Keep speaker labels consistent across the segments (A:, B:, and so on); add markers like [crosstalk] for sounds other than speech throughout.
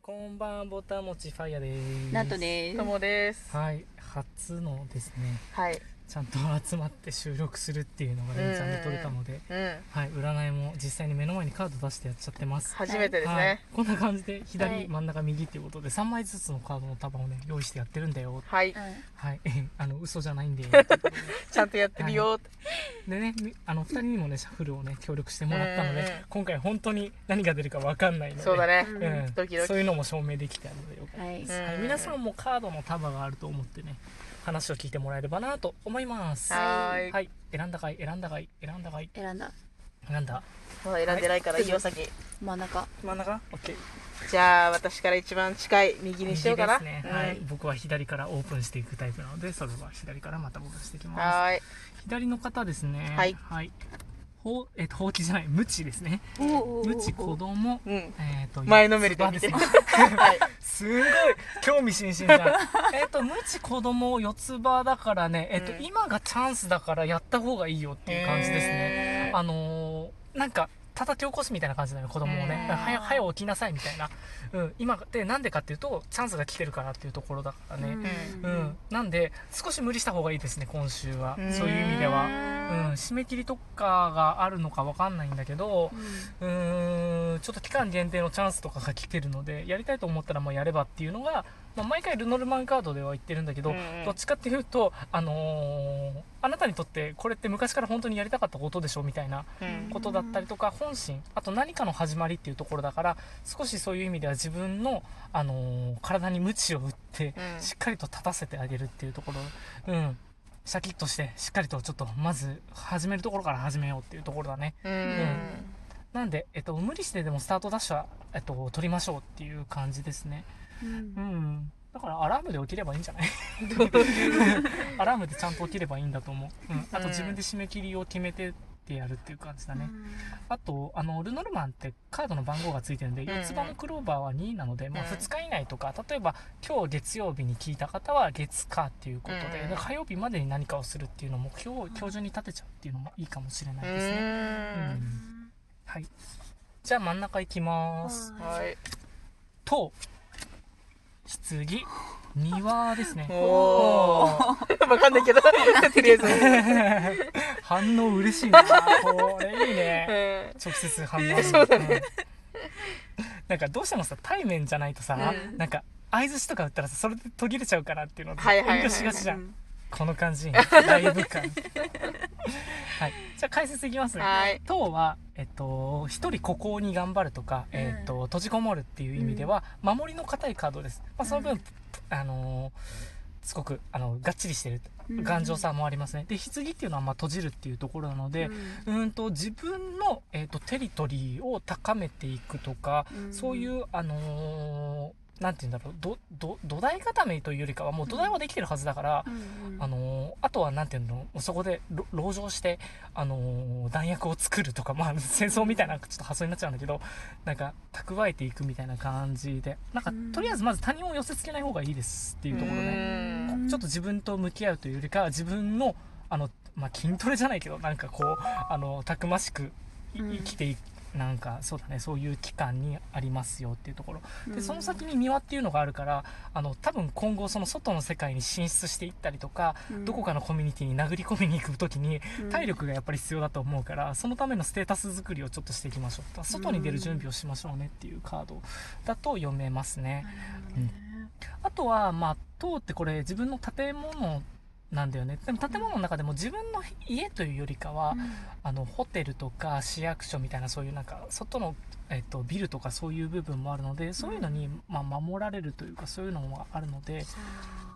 A: こんばんボタン持ちファイヤーです。
B: なんとです
C: と。もです。
A: はい、初のですね、
C: はい。
A: ちゃんと集まって収録するっていうのが連チャンで撮れたので、
C: うん。
A: はい、占いも実際に目の前にカード出してやっちゃってます。
C: 初めてです
A: はい
C: ね。、
A: こんな感じで左、
B: はい
A: 真ん中右っていうことで3枚ずつのカードの束をね用意してやってるんだよ
C: はい。
A: はいあの嘘じゃないんで
C: ちゃんとやってるよ。
A: でねみあの2人にもねシャッフルをね協力してもらったの
C: うんう
A: で
C: ん
A: 今回本当に何が出るか分かんないので
C: そうだね。
B: うん
A: うん
C: ドキドキ
A: そういうのも証明できたのでよかった
B: はい。
C: うん
A: はい、皆さんもカードの束があると思ってね話を聞いてもらえればなと思いますは
C: はー
A: い、
C: い。
A: 選んだかい選んだかい選んだかい
B: 選んだ
A: 選んだ
C: まだ選んでないからいいよ先。
B: 真ん中。
A: 真ん中 OK
C: じゃあ私から一番近い右にしようかな。
A: 右ですね
C: うん
A: はい、僕は左からオープンしていくタイプなのでそれは左からまた戻していきます
C: はーい。
A: 左の方ですね
C: はい
A: ほうえっとほうきじゃない無知ですね
B: お
A: 無知子供
C: うん。
A: えっと
C: 前のめりで見て
A: 四つ葉ですね
C: はい。
A: すごい興味津々じゃん [laughs] えっと無知子供四つ葉だからね、えっと
C: うん
A: 今がチャンスだからやった方がいいよっていう感じですね
C: ね
A: あのーなんか叩き起こすみたいな感じなのよ子供をね
C: うん
A: 早早起きなさいみたいな、うん、今でなんでかっていうとチャンスが来てるからっていうところだからねうん、なんで少し無理した方がいいですね今週はそういう意味では、うん、締め切りとかがあるのかわかんないんだけどうーんちょっと期間限定のチャンスとかが来てるのでやりたいと思ったらもうやればっていうのが、まあ、毎回ルノルマンカードでは言ってるんだけど、
C: うんうん
A: どっちかっていうと、あのーあなたにとってこれって昔から本当にやりたかったことでしょみたいな
C: うん
A: ことだったりとか本心あと何かの始まりっていうところだから少しそういう意味では自分の、あのー体に鞭を打って
C: うん
A: しっかりと立たせてあげるっていうところうんシャキッとしてしっかりとちょっとまず始めるところから始めようっていうところだね
C: うん
A: なんで、えっと、無理してでもスタートダッシュは、えっと、取りましょうっていう感じですねうんだからアラームで起きればいいんじ
C: [laughs]
A: ゃないアラームでちゃんと起きればいいんだと思う、うん、あと自分で締め切りを決めてってやるっていう感じだね、あとあのルノルマンってカードの番号がついてるんで、
C: んうん
A: 四つ葉のクローバーは2なので、まあ、
C: うん
A: 2日以内とか例えば今日月曜日に聞いた方は月火っていうことで,、
C: うん
A: で火曜日までに何かをするっていうのを目標を今日中に立てちゃうっていうのもいいかもしれな
C: う
A: いですね、
C: ん。
A: はいじゃあ真ん中いきます
C: はい。
A: と棺庭ですね
C: おー。わかんな
A: [laughs]
C: いけど。とりあえず。
A: 反応嬉しいなこれいいね
C: うん
A: 直接反応
C: そうだ
A: ね、うんなんかどうしてもさ対面じゃないとさ、
C: うん
A: なんか相槌とか打ったらさそれで途切れちゃうからっていうので
C: はいはいはいはい
A: 遠慮しがちじゃん、この感じい
C: [laughs]
A: いねライブ感はいじゃあ解説いきますね
C: はい。
A: 当は、えっと、一人孤高に頑張るとか、
B: うん
A: えっと、閉じこもるっていう意味では、守りの硬いカードです、まあ、その分、
B: うん
A: あのーすごくあのがっちりしてる頑丈さもありますね、で棺っていうのは、まあ、閉じるっていうところなので、うーんと自分の、えー、とテリトリーを高めていくとか、そういうう、あのーなんて言うんだろうどど土台固めというよりかはもう土台はできてるはずだから、あのーあとはなんていうのもうそこでろ籠城して、あのー弾薬を作るとか、まあ、 [laughs] 戦争みたいなちょっと発想になっちゃうんだけどなんか蓄えていくみたいな感じでなんか
B: うん
A: とりあえずまず他人を寄せ付けない方がいいですっていうところね。
B: うん
A: ちょっと自分と向き合うというよりかは自分のあの、まあ、筋トレじゃないけどなんかこうあのたくましくい
B: うん
A: 生きていなんかそうだねそういう期間にありますよっていうところでその先に庭っていうのがあるからあの多分今後その外の世界に進出していったりとかどこかのコミュニティに殴り込みに行く時に体力がやっぱり必要だと思うからそのためのステータス作りをちょっとしていきましょうと外に出る準備をしましょうねっていうカードだと読めますね。あとは、まあ、塔ってこれ自分の建物なんだよね。でも建物の中でも自分の家というよりかは、あの、ホテルとか市役所みたいなそういうなんか、外の、えっと、ビルとかそういう部分もあるので、そういうのに、まあ、守られるというかそういうのもあるので、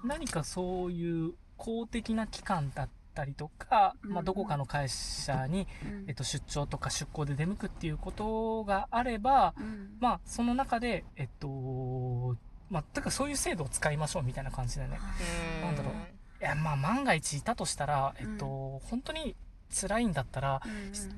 A: 何かそういう公的な機関だったりとか、まあ、どこかの会社に、えっと、出張とか出向で出向くっていうことがあれば、まあ、その中で、えっと、まあ、だからそういう制度を使いましょうみたいな感じだよね。なんだろういや、まあ、万が一いたとしたら、えっと、本当に辛いんだったら、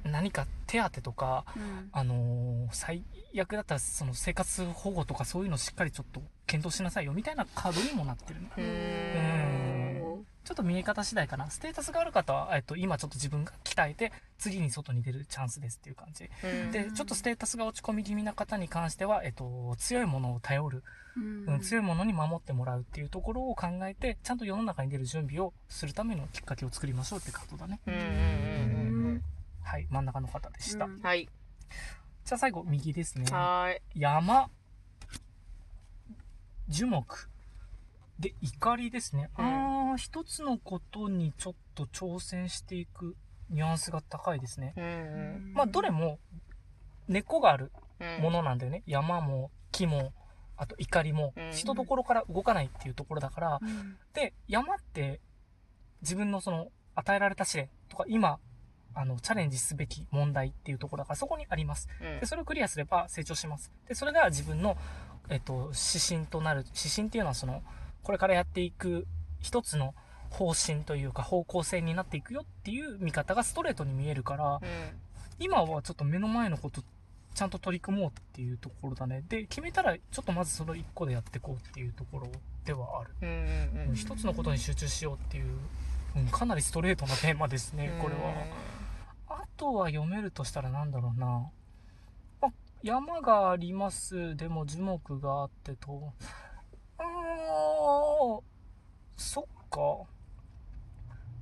A: 何か手当とか、あのー最悪だったら、その生活保護とかそういうのをしっかりちょっと検討しなさいよみたいなカードにもなってるね。
C: う
A: うん
C: ん。
A: ちょっと見え方次第かな。ステータスがある方は、えっと、今ちょっと自分が鍛えて、次に外に出るチャンスですっていう感じ。
C: うん
A: で、ちょっとステータスが落ち込み気味な方に関しては、えっと、強いものを頼る。
B: うん
A: うん、強いものに守ってもらうっていうところを考えて、ちゃんと世の中に出る準備をするためのきっかけを作りましょうってことだね。
C: うんうんうんうん
A: はい、真ん中の方でした。
B: うん
C: はい
A: じゃあ最後、右ですね。
C: はーい
A: 山、樹木。で、怒りですね。
C: うん
A: ああ、一つのことにちょっと挑戦していくニュアンスが高いですね。
C: うん
A: まあ、どれも根っこがある
C: うん
A: ものなんだよね。山も木も、あと怒りも
C: うん、
A: 人どころから動かないっていうところだから、
B: うん
A: で、山って自分のその与えられた試練とか今、あの、チャレンジすべき問題っていうところだからそこにあります。
C: うん
A: で、それをクリアすれば成長します。で、それが自分の、えっと、指針となる、指針っていうのはその、これからやっていく一つの方針というか方向性になっていくよっていう見方がストレートに見えるから、
C: う
A: 今はちょっと目の前のことちゃんと取り組もうっていうところだね。で、決めたらちょっとまずその一個でやっていこうっていうところではある。
C: んうんうんうん
A: 一つのことに集中しようっていう、うん、かなりストレートなテーマですね、これは。あとは読めるとしたらなんだろうな。まあ、山があります、でも樹木があってと。うーん、そっか。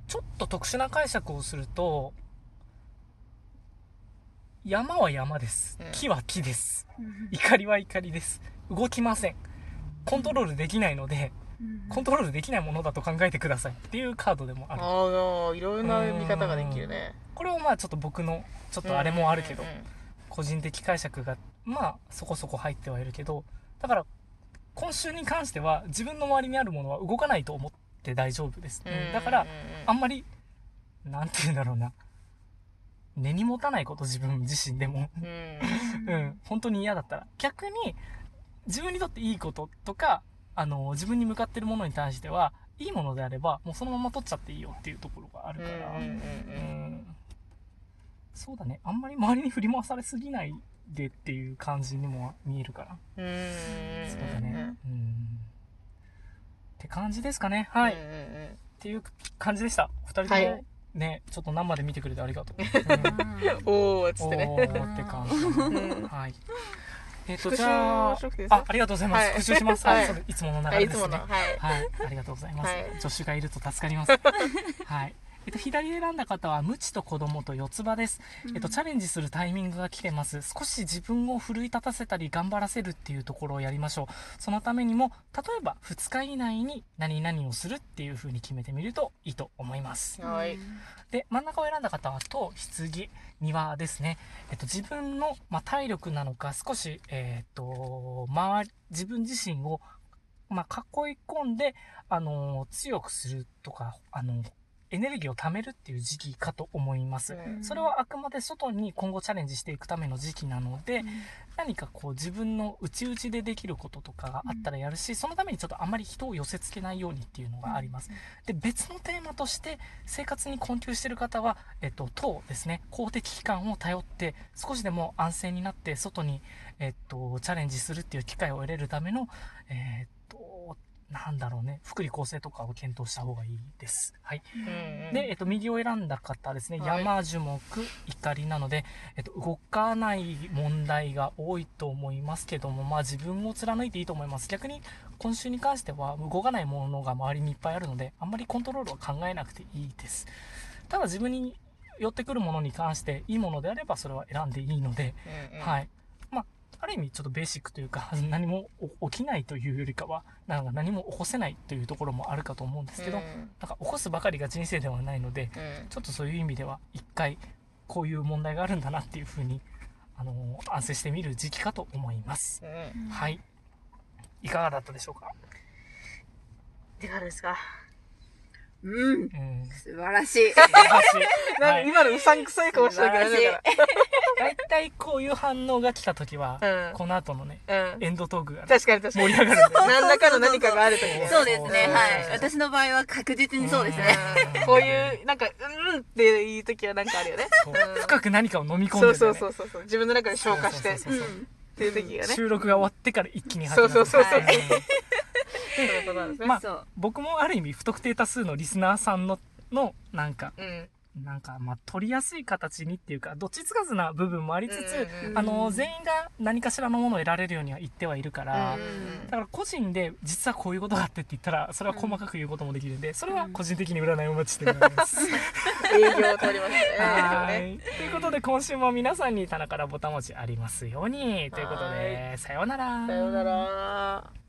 A: ちょっと特殊な解釈をすると、山は山です
C: うん。
A: 木は木です。
B: うん
A: 怒りは怒りです。動きません。コントロールできないので、
B: うん
A: コントロールできないものだと考えてくださいっていうカードでもあ
C: あ
A: る。
C: のいろんな見方ができるね
A: これはまあちょっと僕の、ちょっとあれもあるけど
C: うん、うん
A: 個人的解釈が、まあそこそこ入ってはいるけど、だから、今週に関しては自分の周りにあるものは動かないと思って大丈夫です。
C: うん
A: だから
C: うん、
A: あんまり、なんて言うんだろうな。根に持たないこと自分自身でも。
C: うんうん
A: うん、本当に嫌だったら。逆に、自分にとっていいこととか、あの、自分に向かってるものに対しては、いいものであれば、もうそのまま取っちゃっていいよっていうところがある
C: うんう
A: か
C: ん
A: ら、
C: うんうん
A: うんそうだね。あんまり周りに振り回されすぎないでっていう感じにも見えるから。
C: うんうん
A: そうだね。うん。って感じですかね。はい。
C: う
A: っ
C: んうんうん
A: ていう感じでした。お二人とも、
C: はい
A: ね、ちょっと生で見てくれてありが
C: [laughs]
A: とう。うん
C: おおっつってね
A: おーって感じ。
C: うん
A: はい。えっと、
C: 復
A: じ
C: 習
A: ゃあ
C: し、とくです
A: あ、ありがとうございます。
C: はい
A: 復習します。は、
C: はいい
A: それいつもの流
C: は
A: れ
C: いい
A: で
C: つ
A: す
C: もの
A: ね。
C: はい
A: はい、ありがとうございます。
C: はい
A: 助手がいると助かり
C: [laughs]
A: ます。はい。えっと、左選んだ方は、無知と子供と四つ葉です。えっと、チャレンジするタイミングが来てます。少し自分を奮い立たせたり、頑張らせるっていうところをやりましょう。そのためにも、例えば、2日以内に何々をするっていう風に決めてみるといいと思います。
C: はい
A: で、真ん中を選んだ方は、と、棺、庭ですね。えっと、自分の、まあ、体力なのか、少し、えーっと、周り、自分自身を、まあ、囲い込んで、あのー強くするとか、あのエネルギーを貯めるっていう時期かと思います。
C: うん
A: それはあくまで外に今後チャレンジしていくための時期なので、何かこう自分の内々でできることとかがあったらやるし、そのためにちょっとあまり人を寄せ付けないようにっていうのがあります。で、別のテーマとして、生活に困窮している方は、えっと、党ですね、公的機関を頼って、少しでも安静になって、外に、えっと、チャレンジするっていう機会を得れるための、えっと、なんだろうね、福利厚生とかを検討した方がいいです。はい。
C: うんうん
A: で、えっと、右を選んだ方ですね、
C: はい
A: 山樹木怒りなので、えっと、動かない問題が多いと思いますけども、まあ自分を貫いていいと思います。逆に今週に関しては動かないものが周りにいっぱいあるので、あんまりコントロールは考えなくていいです。ただ自分に寄ってくるものに関していいものであればそれは選んでいいので、
C: うんうん
A: はい。まあ、ある意味ちょっとベーシックというか、 [laughs] 何も起きないというよりかは、なんか何も起こせないというところもあるかと思うんですけど、
C: うん
A: なんか起こすばかりが人生ではないので、
C: うん
A: ちょっとそういう意味では、一回、こういう問題があるんだなっていうふうに、あのー、反省してみる時期かと思います。
C: うん
A: はい。いかがだったでしょうか
C: いかがですか
B: うん
A: う
C: [laughs]
A: ん。
B: 素晴らしい
C: なん
A: は
C: か [laughs]
A: い。
C: 今のうさんくさい顔しなきゃダメだ
A: 大体こういう反応が来た時は、
C: から
A: この後のね、
C: うんうん
A: エンドトークがね、
C: 確かに確か
A: 盛
C: に
A: り上がるんで。
C: 何らかの何かがあるとき
B: [laughs]
C: ね
B: そうですねはい
A: そう
B: 私の場合は確実にそうですね
A: うん
C: こういう、なんか、うんっていう時はなんかあるよね。
A: そう深く何かを飲み込んで、
C: そ
A: ね、
C: うそうそうそう。自分の中で消化してっ
A: そうそうそうそう
B: うん
C: ていう時がね。
A: 収録が終わってから一気に始まる。
C: そうそうそ
B: そ
C: う
B: う
A: はい
C: そういうことなんですね。
A: まあ
B: そう。
A: 僕もある意味不特定多数のリスナーさんののなんか
C: うん。
A: なんかまあ取りやすい形にっていうかどっちつかずな部分もありつつ、
C: うん
A: あの全員が何かしらのものを得られるようには言ってはいるから、
C: うん
A: だから個人で実はこういうことがあってって言ったらそれは細かく言うこともできるんでそれは個人的に占いをお待ちしております。
C: 営業を取りましたね。
A: は
C: 営業ね
A: いということで今週も皆さんに棚からぼたもちありますようにということ
C: は
A: でさようなら。
C: さようなら。